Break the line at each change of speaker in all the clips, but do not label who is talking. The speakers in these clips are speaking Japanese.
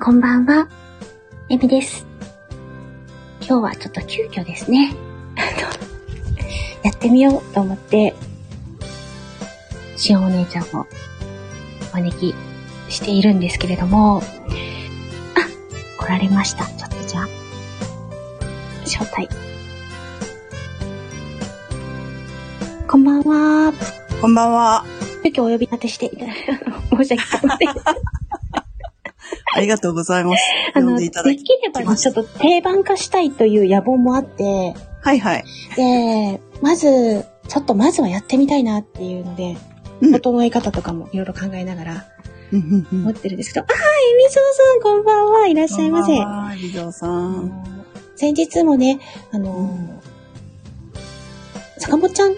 こんばんは。エミです。今日はちょっと急遽ですね。あのやってみようと思って、しおお姉ちゃんをお招きしているんですけれども、あ、来られました。ちょっとじゃあ、招待。こんばんは。
こんばんは。
急遽お呼び立てしていただいて、申し訳ありません。
ありがとうございます。
あ
呼
の、
んで
で
いただき。
きればねちょっと定番化したいという野望もあって、
はいはい。
で、まず、ちょっとまずはやってみたいなっていうので、
うん
整え方とかもいろいろ考えながら
うんうんう
思っ
ん
てるんですけど、あー、エミソーさん、こんばんはいらっしゃいませ。
こんばんはリゾさ
あ
ん。
の先日もね、あのー
うん
坂本ちゃん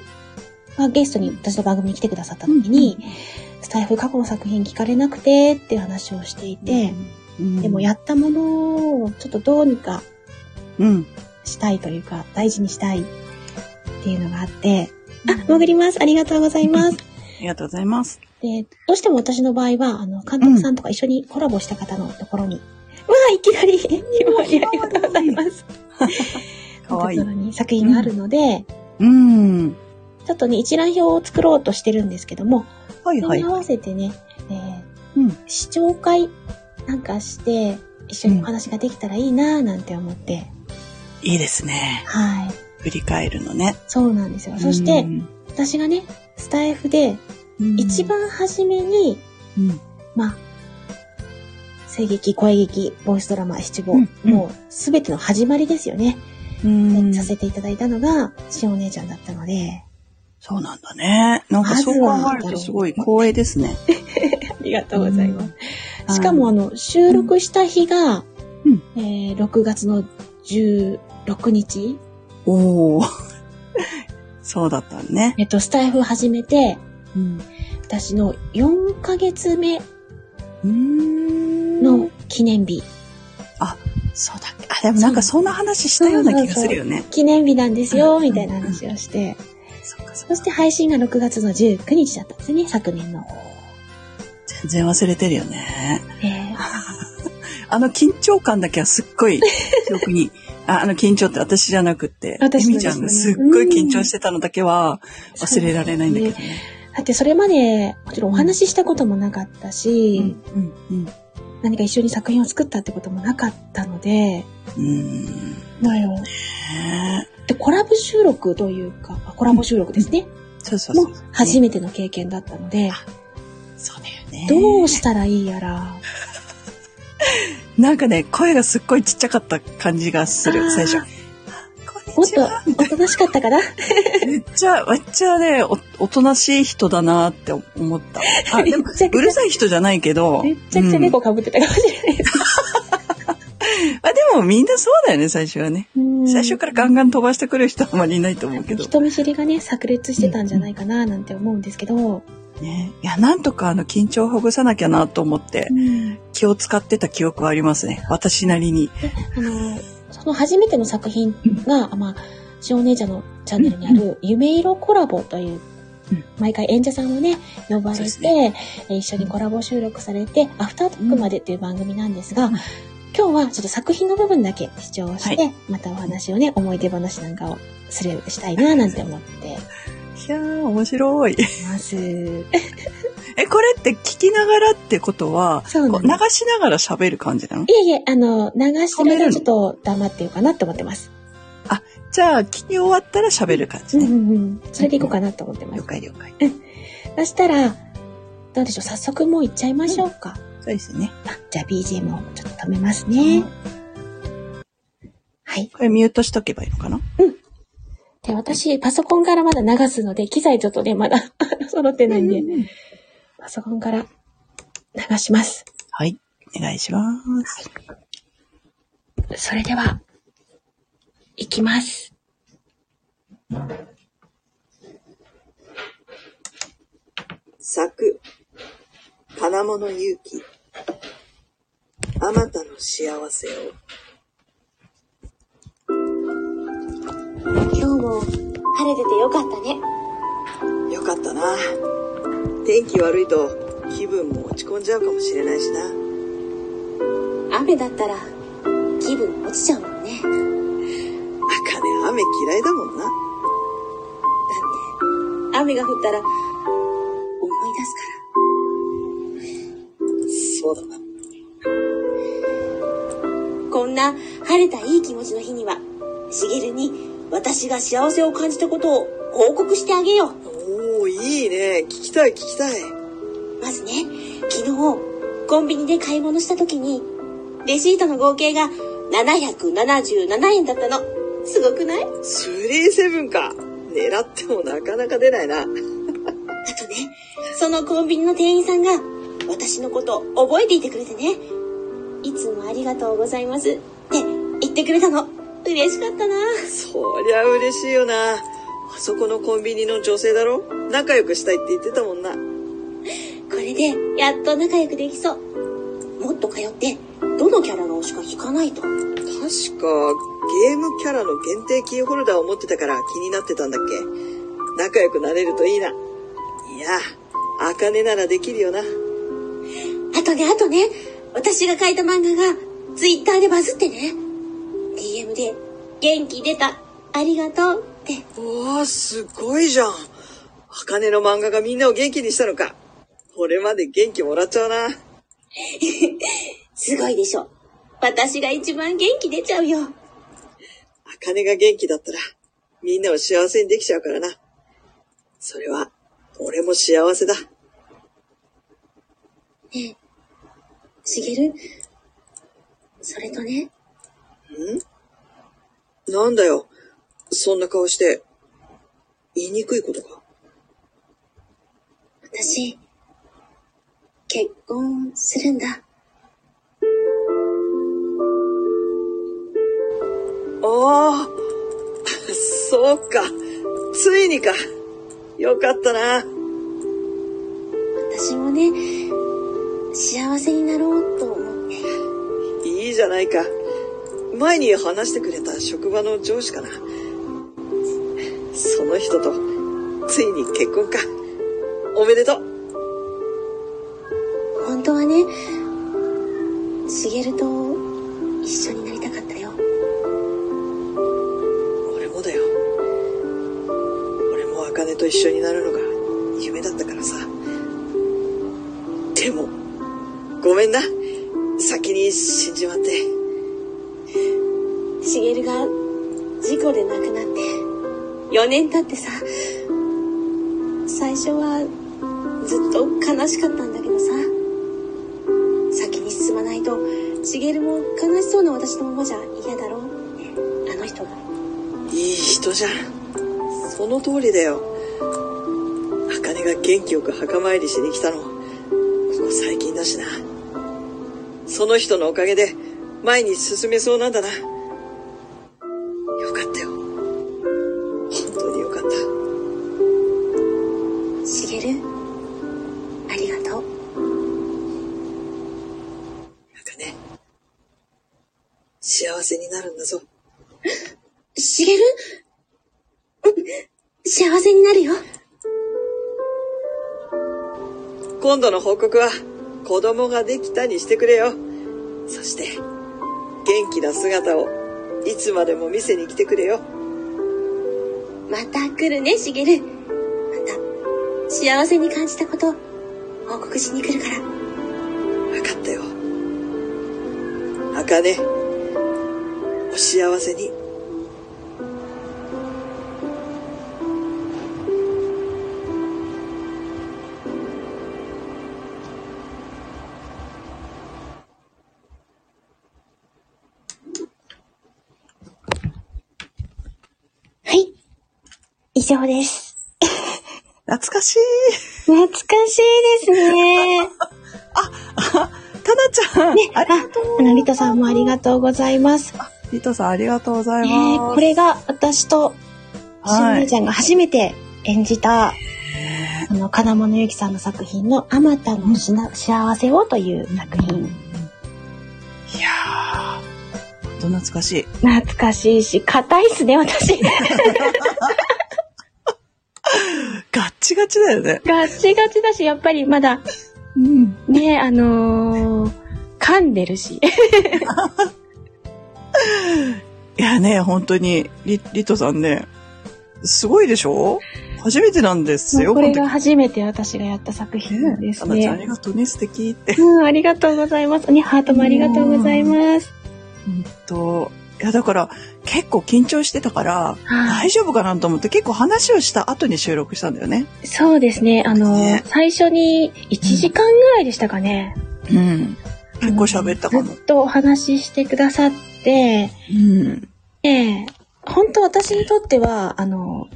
がゲストに私の番組に来てくださった時に、スタイフ過去の作品聞かれなくてっていう話をしていて、
うん、
でもやったものをちょっとどうにか
うん。
したいというか、大事にしたいっていうのがあって、あ、潜ります。ありがとうございます。
ありがとうございます。
で、どうしても私の場合は、あの、監督さんとか一緒にコラボした方のところに、うわあ、いきなり、今ありがとうございます。
かわいい
とこ。ろに作品があるので、
うん。
ちょっとね、一覧表を作ろうとしてるんですけども、
はい
そ
は
れに
い
合。わせてね、えー
うん。
視聴会なんかして、一緒にお話ができたらいいなぁなんて思って、
いいですね。
はい。
振り返るのね。
そうなんですよ。そして、
うん
私がね、スタイフで、一、番初めに、
うんうん
まあ、声劇、声劇、ボイスドラマ、七五、
うんうん
もうすべての始まりですよね、
うん
させていただいたのが、しお姉ちゃんだったので、
そうなんだね。なんかそう考えるとすごい光栄ですね。
ありがと
うございます
す。しかも、あ
はい
の、収録した日が、
うん
えー6月の16日、
おー。 そうだったね。
えっと、スタイフ始めて、
うん。
私の4ヶ月目
うん
の記念日、
そうだっけあ、でもなんかそんな話したような気がするよね。
記念日なんですよ、
うん
みたいな話をして、
そっかそ
そ
っか。
して配信が6月の19日だったんですね、昨年の。
全然忘れてるよね。
えー
あの緊張感だけはすっご い記憶に。ああの緊張って私じゃなくて、
私
エ
の
ミちゃんがすっごい緊張してたのだけは忘れられないんだけどね。
だってそれまで、もちろんお話ししたこともなかった
う
し、
んうん
何か一緒に作品を作ったってこともなかったので、
うん。うん。
も
ね
うで、コラボ収録というか、あコラボ収録ですね。
そうそう
も
そう
う。初めての経験だったので、
そうだよね。
どうしたらいいやら。
なんかね、声がすっごいちっちゃかった感じがす
あー
る、最初。あこ
も
ん
っ
にちは。
とおとなしかった かな
めっちゃ、めっちゃね、お、おとなしい人だなって思った。あ、でも
めっちゃ、くちゃ
うるさい人じゃないけど。
めっちゃくちゃ
うん
猫被ってたかもしれないです。
あ、でもみんなそうだよね、最初はね。
うん
最初からガンガン飛ばしてくる人はあまりいないと思うけど。
人見知りがね、炸裂してたんじゃないかななんて思うんですけど、
ね。いや、なんとかあの、緊張をほぐさなきゃなと思って、気を使ってた記憶はありますね。私 なりに。
あの、その初めての作品が、まあ、しお姉ちゃんのチャンネルにある、夢色コラボという
うん、
毎回演者さんをね、呼ば
そ
れ
うです
て、え一緒にコラボ収録されて、アフタートークまでっていう番組なんですが、
うん
今日はちょっと作品の部分だけ視聴して、
は
またお話をね、思い出話なんかをするようにしたいな、なんて思って
いやー、面白い。
ます。
え、これって聞きながらってことは、
そうな
こ
ん
う流
です。
しながら喋る感じなの
いえいえ、あの、流してる
止める
間
の
ちょっと黙ってようかなって思ってます。
じゃあ、聞き終わったら喋る感じ
うん
ね。
うんうん。それでいこうかなと思ってます
了。解了解。
そしたら、どうでしょう、早速もう行っちゃいましょうか。
そうですね。
あじゃあ BGM をちょっと止めますね。はい。
これミュートしとけばいいのかな
で、私、パソコンからまだ流すので、機材ちょっとね、まだ 揃ってないんで、
うん
パソコンから流します。
はい。お願いします。
それでは、行きます。
作、金物勇気、あまたの幸せを。
今日も晴れててよかったね
よかったな。天気悪いと気分も落ち込んじゃうかもしれないしな。
雨だったら気分落ちちゃうもんね。だって
茜雨嫌いだもんな。
雨が降ったら思い出すから。
そうだな。
こんな晴れたいい気持ちの日には、しげるに私が幸せを感じたことを報告してあげよう。
おー、いいね。聞きたい聞きたい。
まずね、昨日、コンビニで買い物した時に、レシートの合計が777円だったの。すごくないあとね、
スリーセブンか。狙ってもなかなか出ないな。
そのコンビニの店員さんが、私のこと覚えていてくれてね。いつもありがとうございます。って言ってくれたの。嬉しかったな。
そりゃ嬉しいよな。あそこのコンビニの女性だろ仲良くしたいって言ってたもんな。
これでやっと仲良くできそうもっと通ってどのキャラの推しか聞かないと
確か、ゲームキャラの限定キーホルダーを持ってたから気になってたんだっけ仲良くなれるといいな。いや、あかねならできるよな。
あとねあとね私が書いた漫画がツイッターでバズってね DM で「元気出たありがとう」って
わあ、すごいじゃん。あかねの漫画がみんなを元気にしたのか。これまで元気もらっちゃうな。
すごいでしょ私が一番元気出ちゃうよ
あかねが元気だったら、みんなを幸せにできちゃうからな。それは、俺も幸せだ。
ねえしげるそれとね
なんだよ。そんな顔して、言いにくいことか。
私結婚するんだ
ああ、そうか。ついにか。よかったな。
私もね幸せになろうと思って
いいじゃないか。前に話してくれた職場の上司かな。その人と、ついに結婚か。おめでとう。
本当はねしげると一緒になりたかったよ
俺もだよ。俺も茜と一緒になるのが夢だったからさ。でも、ごめんな。先に死んじまって。
しげるが事故で亡くなって4年経ってさ最初はずっと悲しかったんだけどさ先に進まないとしげるも悲しそうな私のままじゃ嫌だろうってあの人が
いい人じゃん。その通りだよ。茜が元気よく墓参りしに来たの、ここ最近だしな。その人のおかげで、前に進めそうなんだな。よかったよ。本当によかった。
しげるありがとう
茜。幸せになるんだぞ。
しげるうん 幸せになるよ
今度の報告は、子供ができたにしてくれよ。そして、元気な姿を、いつまでも見せに来てくれよ。
また来るね、しげる。また、幸せに感じたこと、報告しに来るから。
分かったよあかねお幸せに
はい。以上です。
懐かしい。
懐かしいですね。
ただちゃん。
ね、
あ
あ
り、
あの、リトさんもありがとうございます。
リトさんありがとうござ
え
います。
ーこれが私と、しん
は
ね
い
ち。ゃんが初めて演じた、あの、金物ゆきさんの作品の、あまたのしな幸せをという作品。
いやー、ほんと懐かしい。
懐かしいし、硬いっすね、 私。
ガッチガチだよね。
ガチガチだし、やっぱりまだ、
うん。
ね、あのー考
噛んでる し。
いやね、本当に、リ、リトさんね、すごいでしょ初めてなんです
も
よ、
うこれが
本
初めて私がやった作
当に
品です
ねえアナちゃんあ
ね。
りがとうね、素敵って。
うん、ありがとうございます。ね、ハートもありがとうございます。
うんと、いや、だから、結構緊張してたから、
は
大丈夫かなと思って結構話をした後に収録したんだよね。
い。そうですね。あの、
ね
最初に1時間ぐらいでしたかね。
うん。結構喋ったかも
ず。っとお話ししてくださって、
うん。
ええ本当私にとっては、あの、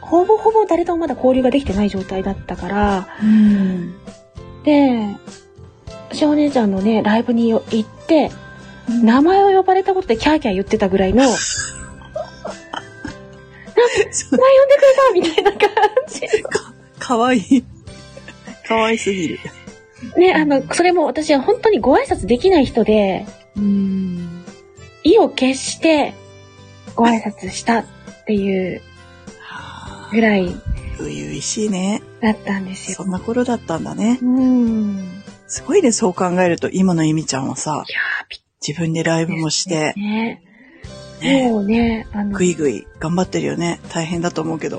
ほぼほぼ誰ともまだ交流ができてない状態だったから、
うん。
で、少年ちゃんのね、ライブによ行って、名前を呼ばれたことでキャーキャー言ってたぐらいの、名前呼んでくれたみたいな感じ。
かわいい。かわいすぎる。
ね、あの、それも私は本当にご挨拶できない人で、
うん。
意を決してご挨拶したっていう
はあ
ぐらい
初々しいね。
だったんですよ。
そんな頃だったんだね。
うん。
すごいね、そう考えると、今のゆみちゃんはさ
い、やー、びっ
自分でライブ
くり
もして、
ね。
ね、
もうね、あの、
ぐいぐい頑張ってるよね。大変だと思う けど。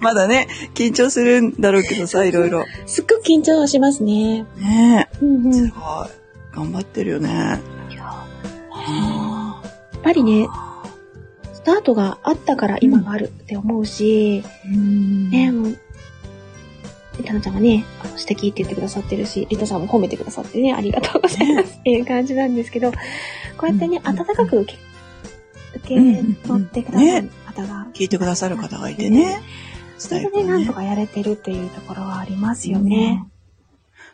まだね、緊張するんだろうけどさ、いろいろ。
すっごく緊張はしますね。
ね
うんうん。
え、す
や
ごい。頑張ってるよね。はあ
っぱりね、スタートがあったから今があるって思うし、
うん
ね、もう、りたなちゃんがね、あの素敵って言ってくださってるし、りたさんも褒めてくださってね、ありがとうございますっていう感じなんですけど、こうやってね、
うん
温かく受け、受
うん
け取ってくださる方が、
聞いてくださる方がいてね。
それでね、なんとかやれてるっていうところはありますよね。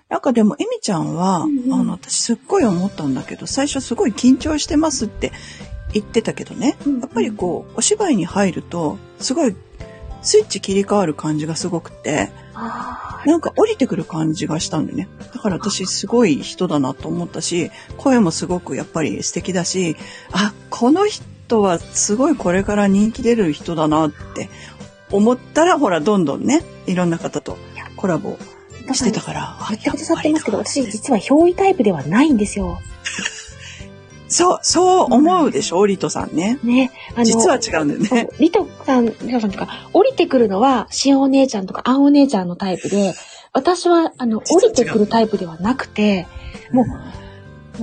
なんかでも、エミちゃんは、
うんうん
あの、私すっごい思ったんだけど、最初すごい緊張してますって言ってたけどね。
うんうん
やっぱりこう、お芝居に入ると、すごい、スイッチ切り替わる感じがすごくて、
あ
なんか降りてくる感じがしたんだよね。だから私すごい人だなと思ったし、声もすごくやっぱり素敵だし、あ、この人はすごいこれから人気出る人だなって思ったら、ほら、どんどんね、いろんな方とコラボ
あ、
してたから、あ
言ってくださってますけど、
やっぱ
私
りだ
実は憑依タイプではないんですよ。
そう、そう思うでしょ、リトさんね。
ね。あの、
実は違うんだよね。
リトさん、リトさんとか、降りてくるのは、シオンお姉ちゃんとか、アンお姉ちゃんのタイプで、私は、あの、降
実は違う
りてくるタイプではなくて、もう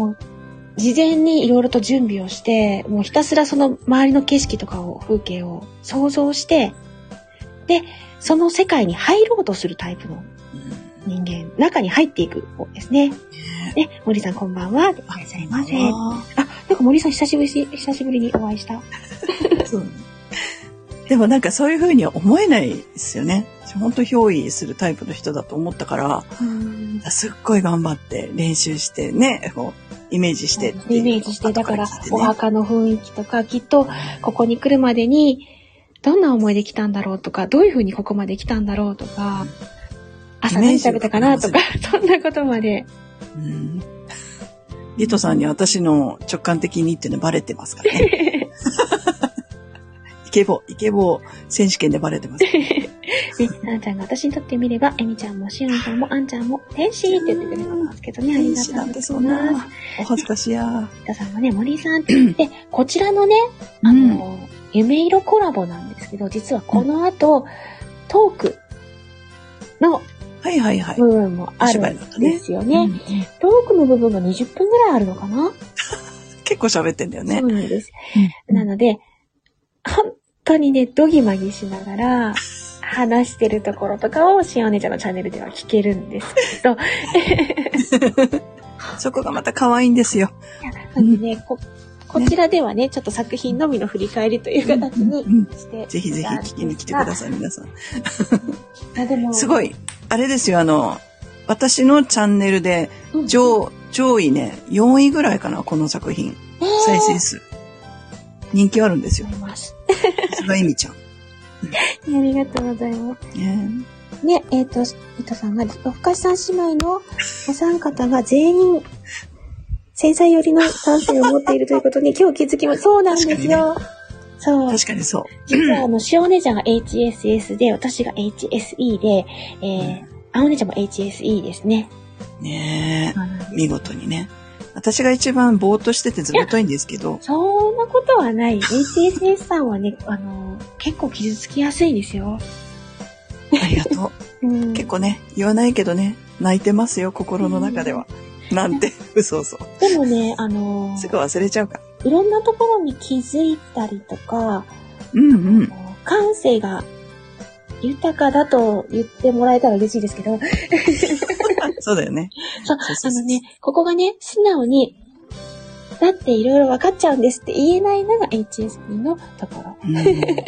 事前にいろいろと準備をして、もうひたすらその周りの景色とかを、風景を想像して、で、その世界に入ろうとするタイプの人間、中に入っていく方ですね。ね、森さんこんばんは。いらっしゃいませ。あ、
あ
なんか森さん久しぶりし、久しぶりにお会いした。
ーそうでもなんかそういうふうには思えないですよね。本当憑依するタイプの人だと思ったから、すっごい頑張って練習してね、こうイメージしてっていう
イメージして、だから
後聞い、て
お
ね
墓の雰囲気とか、きっと、ここに来るまでに、どんな思いで来たんだろうとか、どういうふうにここまで来たんだろうとか、朝
イメー
何
ジ
食
を
べたかなとか、そんなことまで。
うんリトさんに私の直感的にっていうのバレてますから ね。イケボ、イケボ選手権でバレてます。
ね、なちゃんが私にとってみれば、えみちゃんもしおんちゃんもあんちゃんも天使って言ってくれてますけど ね、あり
選
が
手
とうござ
ないん
ます。
てそんな、お恥ずかしや。
皆さんがね、森さんって言って、こちらのね、あの、夢色コラボなんですけど、実はこの後、トークの
はいはいはい。
部分もある
お芝居
ん
だったね
ですよね。トークの部分が20分ぐらいあるのかな、
結構喋ってんだよね
そう。なんです。なので、本当にね、ドギマギしながら、話してるところとかを、しお姉ちゃんのチャンネルでは聞けるんですけど、
そこがまた可愛いんですよ。
なのでね、こ、こちらではね、ちょっと作品のみの振り返りという形に
うん
して、
ぜひぜひ聞きに来てください、皆さん。
あでも
すごい、あれですよ、あの、私のチャンネルで
うん
上、上位ね、4位ぐらいかな、この作品。
えー
再生数。人気あるんですよ
あ。ります。
すがいみちゃん。
ありがとうございます。
ね
ね、えっ、と、伊藤さんが、おふかしさん姉妹のお三方が全員、繊細寄りの感性を持っているということに今日気づきました。そうなんですよ。そう。
確かにそう。
実は、あの、しお姉ちゃんが HSS で、私が HSE で、えー、あお姉ちゃんも HSE ですね。
ね
はい
え、見事にね。私が一番ぼーっとしててずぶといんですけど、
そんなことはない。HSS さんはね、あの、結構傷つきやすいですよ。
ありがと
うん
う。結構ね、言わないけどね、泣いてますよ、心の中では。なんて、嘘嘘。
でもね、あの、
すぐ忘れちゃうか
い
ら。
ろんなところに気づいたりとか、
うんうん。
感性が豊かだと言ってもらえたら嬉しいですけど、
そうだよね。
そう、
そう
あ
そうそう
のね、ここがね、素直に、だっていろいろ分かっちゃうんですって言えないのが HSP のところ。
うん、ね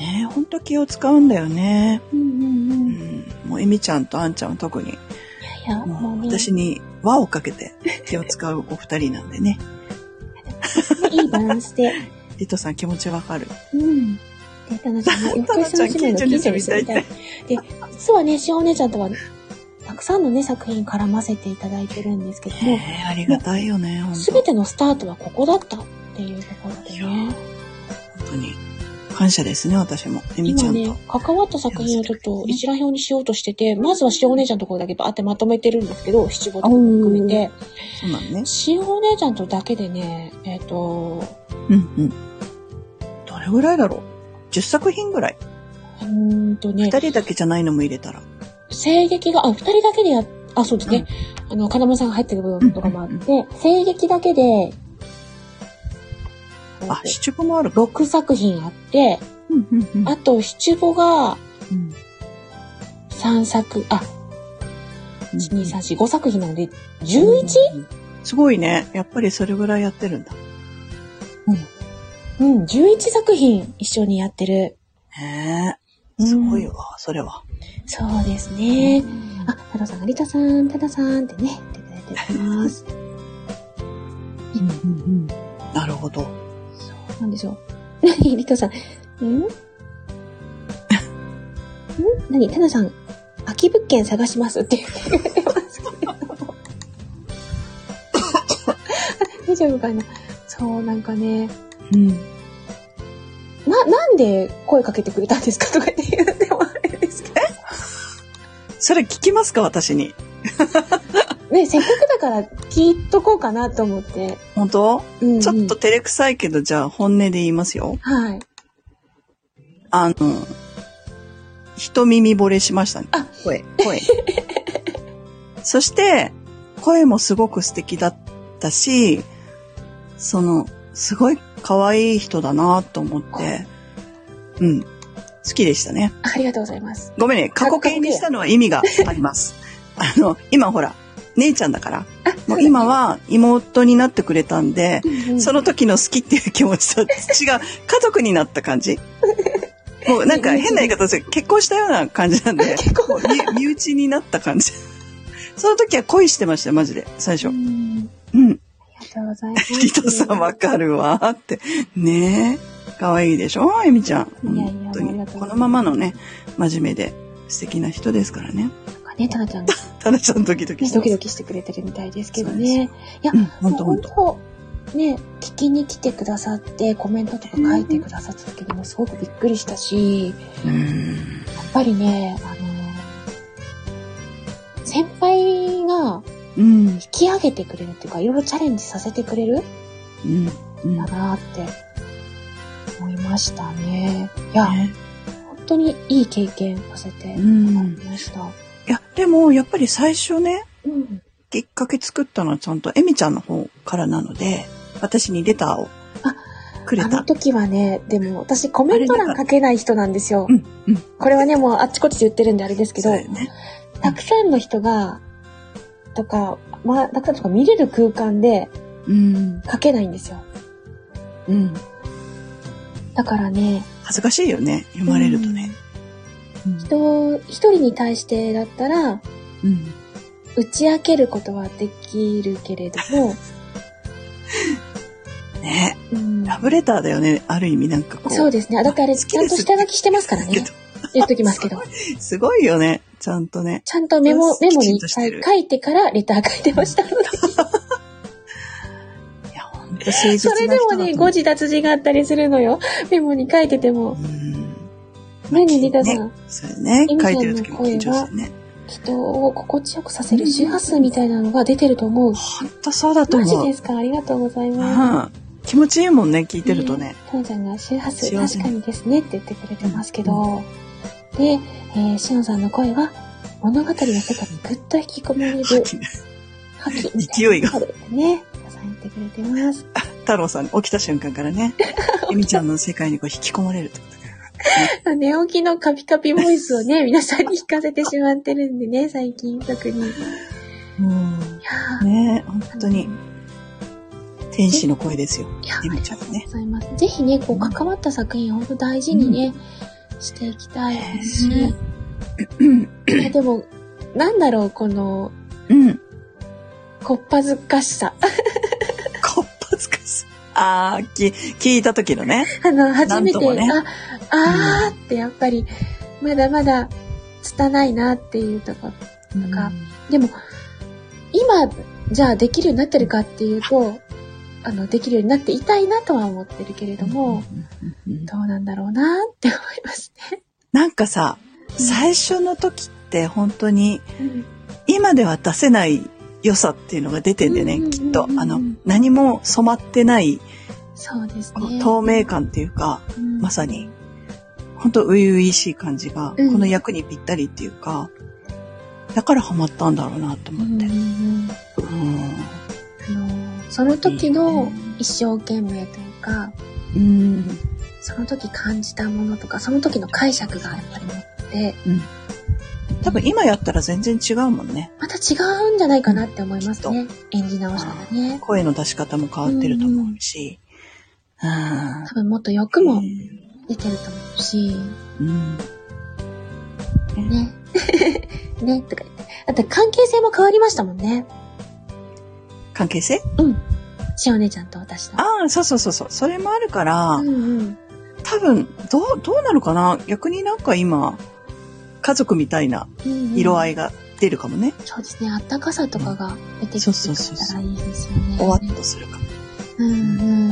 え、ほんと気を使うんだよね。
うんうんう。
うん
い
ん、もう、エミちゃんとアンちゃんは特に、
や、も
も
う
う
ね、
私に輪をかけて手を使うお二人なんでね。
いいバランスで、
リトさん気持ちわかる。
うん。で、タナちゃんも、 よくとしの姉妹の近所に住みたい。で、実はね、しお姉ちゃんとは、たくさんのね、作品絡ませていただいてるんですけど
ね
も、
え、ありがたいよね、ほん
すべ
と。
てのスタートはここだったっていうところでね。
本当に。感謝ですね、私も。エミちゃ
今
んと。
ね、関わった作品をちょっと一覧表にしようとしてて、まずはしお姉ちゃんのところだけバーってまとめてるんですけど、七五とかも含めて、
そうなのね。
しお姉ちゃんとだけでね、えっ、と、
うんうん。どれぐらいだろう ?10 作品ぐらい。
うーんとね
2、人だけじゃないのも入れたら。
声劇が、あ、二人だけでや、あ、そうですね。あの、金間さんが入ってる部分とかもあっ
うん
て、声劇だけで、
あ、七五もあるか。
6作品あって、
うんうんうん
あと七五が
うん
3作、あ、1、2、3、4、5作品なので、11?
11? すごいね。やっぱりそれぐらいやってるんだ。
うん、11作品一緒にやってる。
へ
う
え。
ん
すごいわ、それは。
そうですね。あ、タロさん、有田さん、タダさんってね、言っていただいてます。
なるほど。
そう なんですよ。何、リトさん。んん 何、タナさん、空き物件探しますって言ってますけど。 大丈夫かなそう、なんかね、
うん。
な、なんで声かけてくれたんですかとかって言ってもあれですけど。
それ聞きますか、私に。
ね、せっかくだから聞いとこうかなと思って。
本当
うんうん
ちょっと。照れくさいけど、じゃあ本音で言いますよ。
はい。
あの、一耳惚れしましたね。
あ
声、声。そして、声もすごく素敵だったし、その、すごい可愛い人だなと思って、うん、好きでしたね。
ありがとうございます。
ごめんね、過去形にしたのは意味があります。あの、今ほら、姉ちゃんだから、もう今は妹になってくれたんで、
うんうん、
その時の好きっていう気持ちと違う、家族になった 感じ。もうなんか変な言い方ですけど結婚したような感じなんで、もう身身内になった感じ。その時は恋してましたよ、マジで、最初
う。ん
うん。
ありがとうございます。
リトさんわかるわって。ねえ。可愛いでしょエミちゃん。
いやいや
本当
ありがと
に。
うございます
このままのね、真面目で素敵な人ですからね。
なんかね、タナちゃん、ね、
ただちゃんドキドキして
ド
ま
キ
す
ド。キしてくれてるみたいですけど
そう
ね。
うん、本当
もう
本当。
当ね、聞きに来てくださって、コメントとか書いてくださった時にもすごくびっくりしたし、
うん。
やっぱりね、あの、先輩が
うん。
引き上げてくれるっていうか、いろいろチャレンジさせてくれる
うん。うん
んだなって思いましたね。いや、
ね
本当にいい経験させて
う
もらい
ん。
ました。
いや、でも、やっぱり最初ね、
うん。
きっかけ作ったのはちゃんとエミちゃんの方からなので、私にレターを
あ
くれ
あの
た。
時はね、でも私コメント欄書けない人なんですよ
う。ん、うん。
これはね、もうあっちこっちで言ってるんであれですけど
そうだ、よね。
たくさんの人が、とか、まあ、たくさんとか見れる空間で
うん、
書けないんですよ。
うん。
だからね、
恥ずかしいよね、読まれるとね。
人、一人に対してだったら、
うん。
打ち明けることはできるけれど も、
ね
うん、
ラブレターだよね、ある意味なんかこう。
そうですね。あだってあれ、
好
ち
き
ゃ
で
んと
す
下書きしてますからね
け。ど
言っときますけど。
すごいよね、ちゃんとね。
ちゃんとメモ、
き
メモ
ち
に
ん
一
として
回
る
書いてからレター書いてましたので。
いや、ほんと誠実
そ
な
れで
人だと
も
思う
ね、誤字脱字があったりするのよ。メモに書いてても。
うん。
何、リタさん。
ねそうだね
エミちゃん、の
書いてる時も緊張するね。
人を心地よくさせる周波数みたいなのが出てると思う。
ほんとそうだと
マジ
思う。
ですかありがとうございます。
うん。気持ちいいもんね、聞いてるとね。
ともちゃんが周波数
幸せ
確かにですねって言ってくれてますけど、で、えー、しおんさんの声は物語の世界にぐっと引き込まれる
吐き
覇気
勢いが
そうですね。皆さん言ってくれてます。
太郎さん、起きた瞬間からね、エミちゃんの世界にこう引き込まれるってことだから。
寝起きのカピカピボイスをね、皆さんに聞かせてしまってるんでね、最近特に。いや
うん。
ー
ねえ、本当に。天使の声ですよ。
いや、あ
エ
り
ミ
が
ちゃん
と
の
う
ね。
ございます。ぜひね、こう、関わった作品、ほんと大事にね、していきたいですし、
ね
いやでも、なんだろう、この、
うん。
こっぱずかしさ。
こっぱずかしい。あー、き、聞いた時のね。
あの、初め
なんと
て、
もね
あ、あーって、やっぱり、まだまだ、拙いなっていうとこ。んかでも、今、じゃあできるようになってるかっていうと、あの、できるようになっていたいなとは思ってるけれども、
うん、うん
どうなんだろうなって思います
なんかさ、最初の時って本当に、今では出せない良さっていうのが出てんでね、
うんうんうん
きっと。あの、何も染まってない、
そうです
こう
ね。
透明感っていうか、
うん
まさに、本当初々しい感じが、
うん
この役にぴったりっていうか、だからハマったんだろうなと
う
思
ん
っ
う
て。
んうん
うん
あのその時の一生懸命というか、
うん。
その時感じたものとか、その時の解釈がやっぱり持って、
多分今やったら全然違うもんね。
また違うんじゃないかなって思いますね。演じ直し方ね。
声の出し方も変わってると思うし。うん。
多分もっと欲も
う
出てると思うし、
ん。
ね。 ね、とか言って。あと関係性も変わりましたもんね。
関係性
しお姉ちゃんと私の。
ああ、そうそうそうそう。それもあるから、
うんうん。
多分、どう、どうなるかな逆になんか今、家族みたいな
うんうん
色合いが出るかもね。
そうですね。あったかさとかが出てきて
そう
く
そ
れ
うそう
た
そ
ら
う
いいですよね。
おわっとするかも。
うんうん。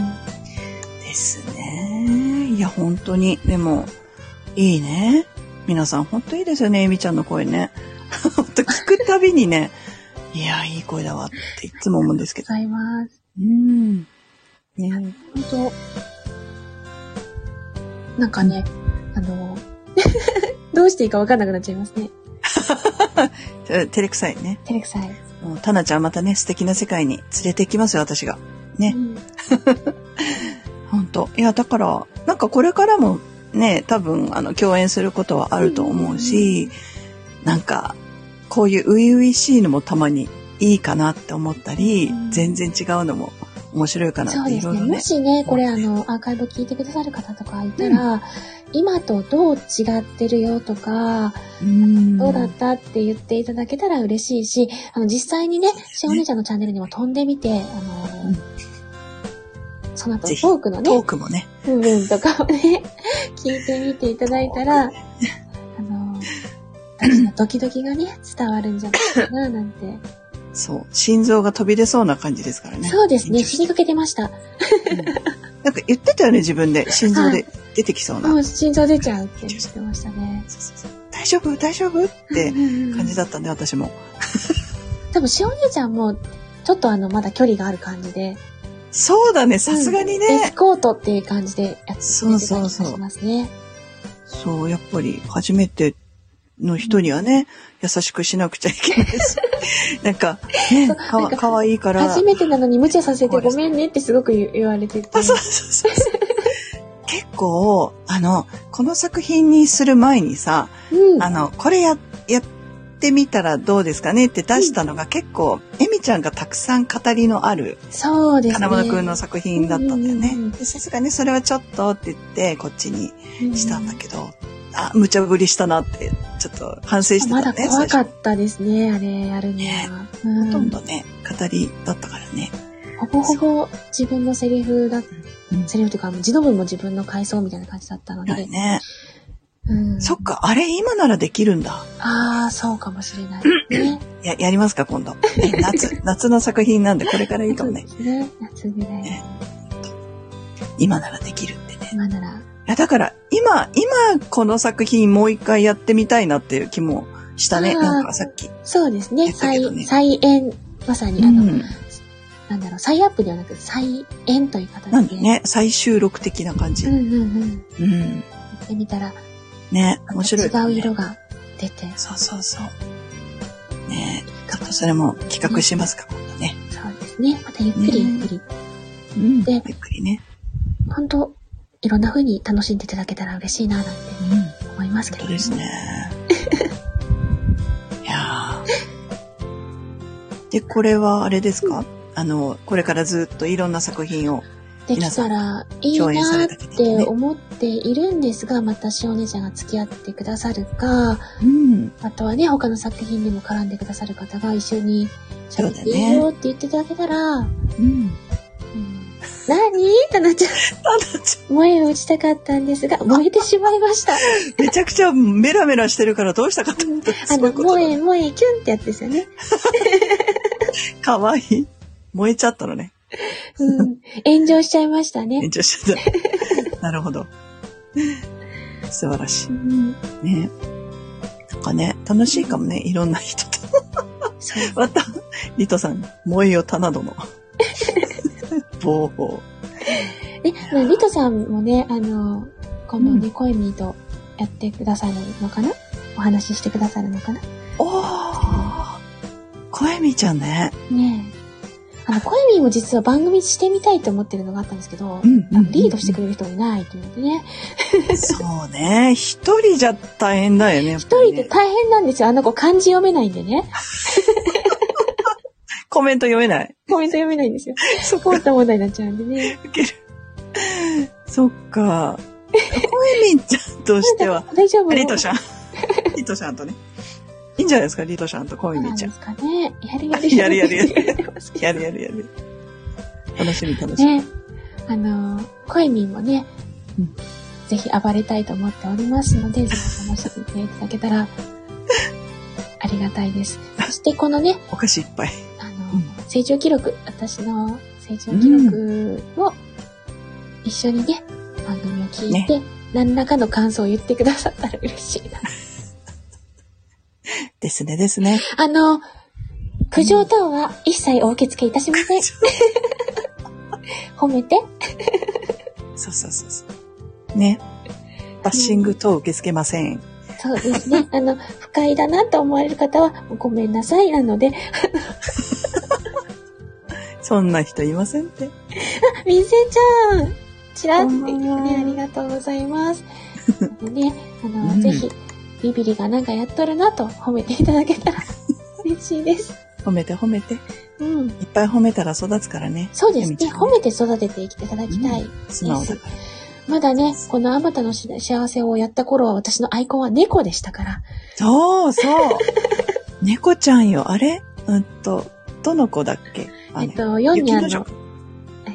ですね。いや、本当に。でも、いいね。皆さん、本当いいですよね。エミちゃんの声ね。 本当聞くたびにね、いや、いい声だわっていつも思うんですけ
ご
ど。
ざいます。
うん。ね
本当なんかね、あの、 どうしていいかわかんなくなっちゃいますね。
え照れくさいね。
照れくさい。
もう、タナちゃんまたね、素敵な世界に連れて行きますよ、私が。ね
うん
本当いや、だから、なんかこれからもね、多分、あの、共演することはあると思うし、なんか、こういう初々しいのもたまにいいかなって思ったり、
うん
全然違うのも面白いかな
そ
っ
う
て
で
い
す
ろい
ね。
ろ
も
ね。
しね、これあの、アーカイブ聞いてくださる方とかいたら、今とどう違ってるよとか、
うん
どうだったって言っていただけたら嬉しいし、あの、実際にね、しお姉ちゃんのチャンネルにも飛んでみて、あの、
うん
その後
ぜひ
トークのね
トー、クもね。
部分とかをね、聞いてみていただいたら、あの、私のドキドキがね、伝わるんじゃないかな、なんて。
そう。心臓が飛び出そうな感じですからね。
そうですね、
緊張
死
し
にかけてました。
なんか言ってたよね、自分で。心臓で出てきそうな。
もう心臓出ちゃうって言ってましたね。
そうそうそう大丈夫大丈夫って感じだったんで、私も。
多分、しお姉ちゃんも、ちょっとあの、まだ距離がある感じで、
そうだね、さすがにね。
エスコートっていう感じでやって
そ
た
う
気
そう
が
そう
しますね。
そう、やっぱり初めての人にはね、優しくしなくちゃいけないし、 なんか、ね、か
なん
わ
か
かわいいから。
初めてなのに無茶させてごめんねってすごく言言われてて。
あ、そうそうそうそう。結構、あの、この作品にする前にさ、
うん。
あの、これや、やってみたらどうですかねって出したのが結構、エミちゃんがたくさん語りのある、
そうですね。
金物くんの作品だったんだ
う
よ
んうんうん
ね。でさすがにそれはちょっとって言って、こっちにしたんだ
け
けど、あ、無茶ぶりしたなって、ちょっと反省してた
まだ
ね。
怖か
最初
ったですね、あれ、やるには。うん
ほとんどね、語りだったからね。
ほぼほぼ自分のセリフだ、
うん
セリフというか、自動文も自分の回想みたいな感じだったので。
だよね。
うん、
そっか、あれ今ならできるんだ。
ああ、そうかもしれないね。
や、やりますか、今度。 え夏、夏の作品なんで、これ からいい
そ
かも
うで
ね。
すね。夏ぐらい。
ね今ならできるってね。
今なら。
いや、だから、今、今、この作品もう一回やってみたいなっていう気もしたね。
あー
なんかさっき。
そうですね。
言ったけど
再、
ね
再演、まさに
う
あの、
ん。
なんだろう、再アップではなく再演という形で。
なんでね、再収録的な感じ
う。んうんうん。
うん。
やってみたら、
ね、面白い。
違う色が出て、
そうそうそう。ねえ、ちょっとそれも企画しますか、今度ね。
そうですね。またゆっくり
ね
ゆっくり、
うん
で
ゆっくりね。
ほんと、いろんな風に楽しんでいただけたら嬉しいな、なんて
うん。本
思いますけど、
当ですね。 いやーで、これはあれですか、あの、これからずっといろんな作品を。
できたらいいな
共演さ
ー
れ
った
時にね
て思っているんですが、またしお姉ちゃんが付き合ってくださるか、
うん。
あとはね、他の作品でも絡んでくださる方が一緒に喋っていい
そうだ
よって言っていただけたら、
うん。
何ってなっちゃ
ただち
う。燃え落ちたかったんです が、燃えてしまいました。
ょ めちゃくちゃメラメラしてるからどうしたかと思ったら
あ
そうい
の、
うこと
萌
だ
え、萌え、キュンってやつですよね。
かわいい。燃えちゃったのね。
うん。炎上しちゃいましたね。
炎上しちゃった。 なるほど。素晴らしい。
うん。
ね。なんかね、楽しいかもね、いろんな人と。
そう。
また、リトさん、萌えよ、棚 殿。防法。
ね、まあリトさんもね、あの、今度ね、コエミーとやってくださるのかなお話ししてくださるのかな
おー。声みちゃんね。
ねえ。あの、コエミーも実は番組してみたいと思ってるのがあったんですけど、
ん
あのリードしてくれる人がいないというのでね。
れそうね。一人じゃ大変だよね。一
一人で大変なんですよ。あの子漢字読めないんでね。
コメント読めない。
コメント読めないんですよ。 そこった問題になっちゃうんでね。
受ける。そっか。声みちゃんとし ては、
大丈夫
リトちゃん。リトちゃんとね。いいんじゃないですか、リトちゃんと
そ
声
うな
み
ん
ちゃ
で
ん。
すかね。や るやる
やるやるやる
やってますけど
やるやるやる。楽しみ楽しみ。
ね、あのー、コエミンもね、
うん
ぜひ暴れたいと思っておりますの で、ぜひ楽しんでいただけたら、ありがたいです。そしてこのね、
お菓子いっぱい。
あの
うん
ー、成長記録、私の成長記録を、一緒にね、番組を聞いて、何らかの感想を言ってくださったら嬉しいな。
ですね、ですね。
あのー、苦情等は一切お受け付けいたしません。 褒めて。
そうそうそうそう。ね。バッシング等受け付けません。
そうですね。 あの、不快だなと思われる方は、ごめんなさいなので、
そんな人いませんって。
みせちゃんちらって
こんばんは
ね、ありがとうございます。でね、あの、
うん
ぜひ、ビビリがなんかやっとるなと褒めていただけたら嬉しいです。
褒めて褒めて。い
うん。
っぱい褒めたら育つからね。
そうですね
ゆみ。ちゃん
褒めて育てていきていただきたい。
素直だから。
まだね、このあまたのし幸せをやった頃は私のアイコンは猫でしたから。
そ うそう。猫ちゃんよ。あれうんと、どの子だっけあ
え
ね
っと、ヨンニャン
雪の
の
女、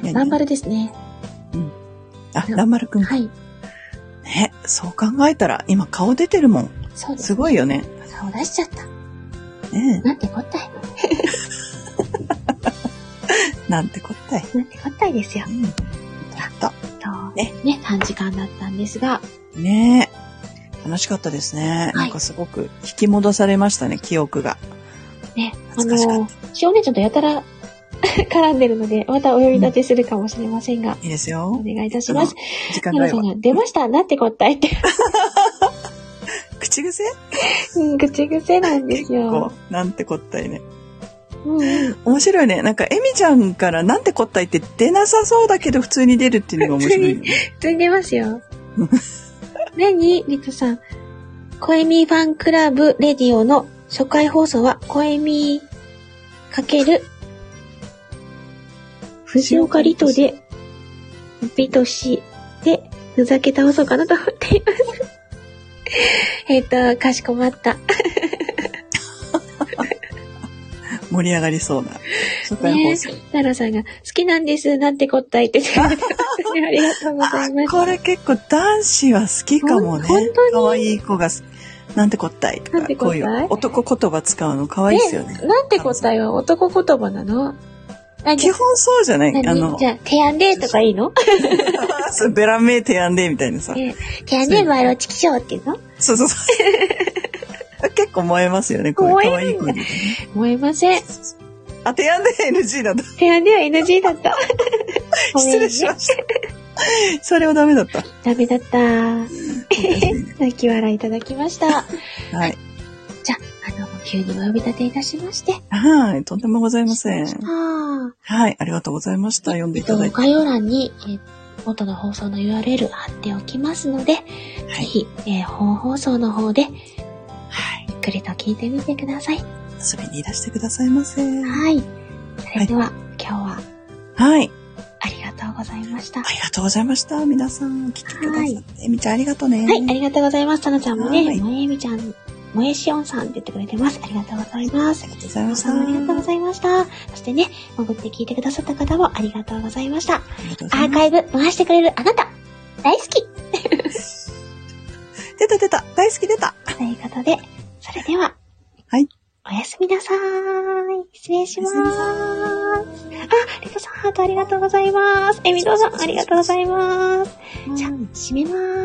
えランバルですね。
あ、ランマルくん。
はい。
ね。そう考えたら、今顔出てるもん。
そうです
す。ごいよね。
顔出しちゃった。
ね
なんてこったい。
え。なんてこったい。
なんてこったいですよ
う。ん。やった。
と、
ね
ね、3時間だったんですが、
ねえ。楽しかったです
は
ね。
い
なんかすごく引き戻されましたね、記憶が。
ね、あ
懐かしか
の、しお姉ちゃんとやたら 絡んでるので、またお呼び立てするかもしれませんが、
いいです
お
よ。
願いいたします。
時間
奈
な
々さ
いわ
ん。が、出ましたなんてこったいって、
口癖
うん口癖なんですよ
こ。う、なんてこったいね。
うんうん、
面白いね。なんか、エミちゃんからなんてこったいって出なさそうだけど普通に出るっていうのが面白いよね。
普通に出ます よ
うん。
何リクさん。声ミファンクラブレディオの初回放送は、声ミかける藤岡リトで、ビトシで、ふざけ倒そうかなと思っています。 えっと、かしこまった。
盛り上がりそうな。初回放送。
奈良さんが、好きなんです、なんて答えてくれてますねありがとうございま
あ、
す。
これ結構男子は好きかもね
ほん本当。に
可愛い子が、なんてこったいと
な
か
ん、て
こ
こ
う
っ
い
たいう
男言葉使うの可愛いですよね。
なんて答えは男言葉なのあじ
基
ゃ
本そうじゃない
あ
あの
何じ、ゃあ、提案でとかいいの
そうベランメイ提案でみたいなさ。
ね提案でマイロチキショーっていうの
そうそうそう。 結構燃えますよね、これ。可愛い声で。
燃えません。
あ、手やんで NG だ った。
手編では NG だった。
失礼しました。 それはダメだった。
ダメだった。 泣き笑いいただきました。
はい。
じゃあ、あの、急にお呼び立ていたしまして。
はい。とんでもございません。
あ
はい。ありがとうございました。読んでいただいて。
概要欄に、えー元の放送の URL 貼っておきますので、ぜひ、えー本放送の方で、
はい。
ゆっくりと聞いてみてください。
遊びにいらしてくださいませ。
はい。それでは、今日は
はい。
ありがとうございました。
あ
は
りがとうございました。皆さん、来てくださって。みーちゃん、ありがとうね。
い、ありがとうございます。たなちゃんもね、
はい
もえみちゃん、もえしおんさんって言ってくれてます。ありがとうございます。
ありがとうございま
皆
し
さ
た。
んもありがとうございました。そしてね、潜って聞いてくださった方もありがとうございました。
ありがとうござ
ア
い
ー
ま
カイブ回してくれるあなた、大好き
す。出た出た。大好き出た。
ということで、それでは、
はい。
おやすみなさーい。失礼しまーす。
おや
あ、リコさん、ハートありがとうございます。エミドさん、ありがとうございます。じゃあ、閉めまーす。